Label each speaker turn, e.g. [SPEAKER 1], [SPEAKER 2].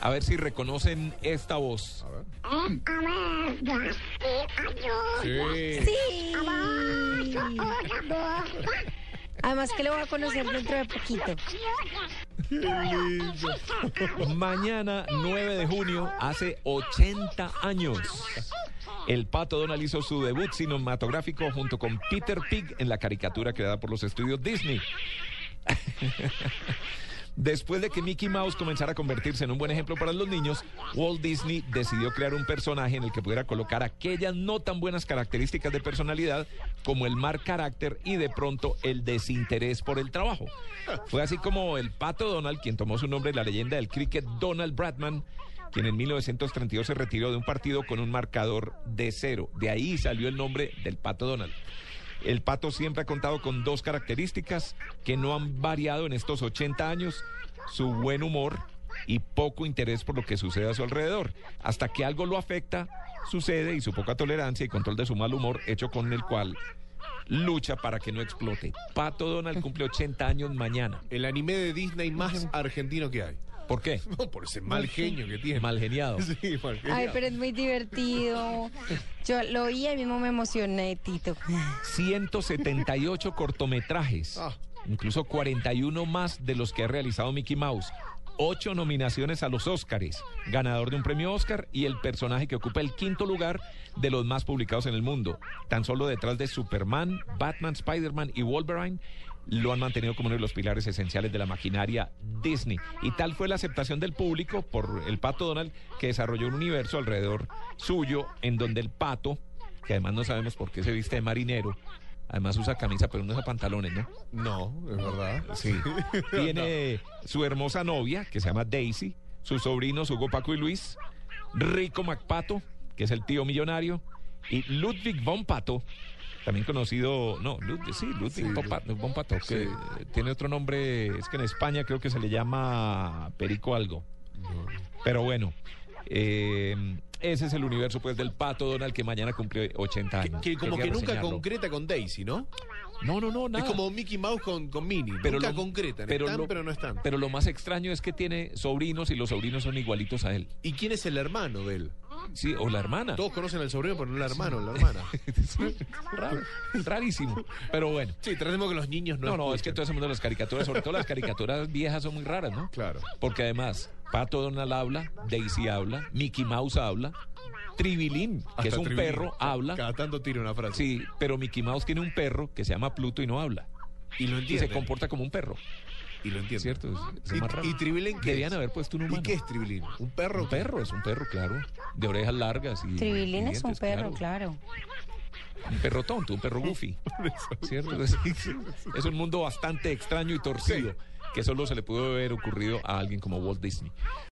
[SPEAKER 1] A ver si reconocen esta voz.
[SPEAKER 2] Amarga,
[SPEAKER 1] Sí.
[SPEAKER 3] Sí. Además que lo voy a conocer dentro de poquito.
[SPEAKER 1] Mañana, 9 de junio, hace 80 años. El pato Donald hizo su debut cinematográfico junto con Peter Pig en la caricatura creada por los estudios Disney. Después de que Mickey Mouse comenzara a convertirse en un buen ejemplo para los niños, Walt Disney decidió crear un personaje en el que pudiera colocar aquellas no tan buenas características de personalidad como el mal carácter y de pronto el desinterés por el trabajo. Fue así como el pato Donald, quien tomó su nombre de la leyenda del cricket Donald Bradman, quien en 1932 se retiró de un partido con un marcador de cero. De ahí salió el nombre del pato Donald. El pato siempre ha contado con dos características que no han variado en estos 80 años, su buen humor y poco interés por lo que sucede a su alrededor. Hasta que algo lo afecta, sucede y su poca tolerancia y control de su mal humor, hecho con el cual lucha para que no explote. Pato Donald cumple 80 años mañana.
[SPEAKER 4] El anime de Disney más argentino que hay.
[SPEAKER 1] ¿Por qué?
[SPEAKER 4] No, por ese mal genio que tiene.
[SPEAKER 1] Mal geniado.
[SPEAKER 4] Sí, mal genio.
[SPEAKER 3] Ay, pero es muy divertido. Yo lo vi y ahí mismo me emocioné, Tito.
[SPEAKER 1] 178 cortometrajes,
[SPEAKER 4] Ah.
[SPEAKER 1] incluso 41 más de los que ha realizado Mickey Mouse. Ocho nominaciones a los Óscares, ganador de un premio Óscar y el personaje que ocupa el quinto lugar de los más publicados en el mundo. Tan solo detrás de Superman, Batman, Spider-Man y Wolverine, lo han mantenido como uno de los pilares esenciales de la maquinaria Disney. Y tal fue la aceptación del público por el pato Donald que desarrolló un universo alrededor suyo en donde el pato, que además no sabemos por qué se viste de marinero, además usa camisa pero no usa pantalones, ¿no?
[SPEAKER 4] No, es verdad.
[SPEAKER 1] Sí. Tiene su hermosa novia, que se llama Daisy, sus sobrinos Hugo, Paco y Luis, Rico MacPato, que es el tío millonario, y Ludwig von Pato, también conocido, no, Ludwig, sí, Ludwig von Pato, von Pato, que
[SPEAKER 4] Sí.
[SPEAKER 1] tiene otro nombre, es que en España creo que se le llama Perico algo. Pero bueno, eh, ese es el universo pues del Pato Donald que mañana cumple 80
[SPEAKER 4] Que,
[SPEAKER 1] años.
[SPEAKER 4] que como
[SPEAKER 1] Quería
[SPEAKER 4] que nunca
[SPEAKER 1] reseñarlo.
[SPEAKER 4] concreta con Daisy, ¿no?
[SPEAKER 1] No, no, no, nada.
[SPEAKER 4] Es como Mickey Mouse con, con Minnie. nunca concretan. están,
[SPEAKER 1] lo-
[SPEAKER 4] pero no están.
[SPEAKER 1] Pero lo más extraño es que tiene sobrinos y los sobrinos son igualitos a él.
[SPEAKER 4] ¿Y quién es el hermano de él?
[SPEAKER 1] Sí, o la hermana.
[SPEAKER 4] Todos conocen al sobrino, pero no el hermano, la hermana.
[SPEAKER 1] Raro, rarísimo. Pero bueno.
[SPEAKER 4] Sí, tratemos que los niños no
[SPEAKER 1] No, no, es que
[SPEAKER 4] escuchen.
[SPEAKER 1] todo ese mundo de las caricaturas, sobre todo las caricaturas viejas, son muy raras, ¿no?
[SPEAKER 4] Claro.
[SPEAKER 1] Porque además, Pato Donald habla, Daisy habla, Mickey Mouse habla, Tribilín, que
[SPEAKER 4] Hasta
[SPEAKER 1] es un
[SPEAKER 4] Tribilín.
[SPEAKER 1] perro, habla.
[SPEAKER 4] Cada tanto tira una frase.
[SPEAKER 1] Sí, pero Mickey Mouse tiene un perro que se llama Pluto y no habla.
[SPEAKER 4] Y lo
[SPEAKER 1] Y
[SPEAKER 4] entiende.
[SPEAKER 1] se comporta como un perro.
[SPEAKER 4] Y lo entiende.
[SPEAKER 1] ¿Cierto? Es- es
[SPEAKER 4] ¿Y,
[SPEAKER 1] más raro.
[SPEAKER 4] y Tribilín qué
[SPEAKER 1] Debían
[SPEAKER 4] es?
[SPEAKER 1] haber puesto un
[SPEAKER 4] ¿Y
[SPEAKER 1] humano.
[SPEAKER 4] qué es Tribilín? ¿Un perro?
[SPEAKER 1] Un perro, es un perro, claro. De orejas largas. Y,
[SPEAKER 3] Tribilín
[SPEAKER 1] y
[SPEAKER 3] es un
[SPEAKER 1] dientes,
[SPEAKER 3] perro, claro.
[SPEAKER 1] Un perro tonto, un perro goofy. ¿Cierto? Es, es un mundo bastante extraño y torcido que solo se le pudo haber ocurrido a alguien como Walt Disney.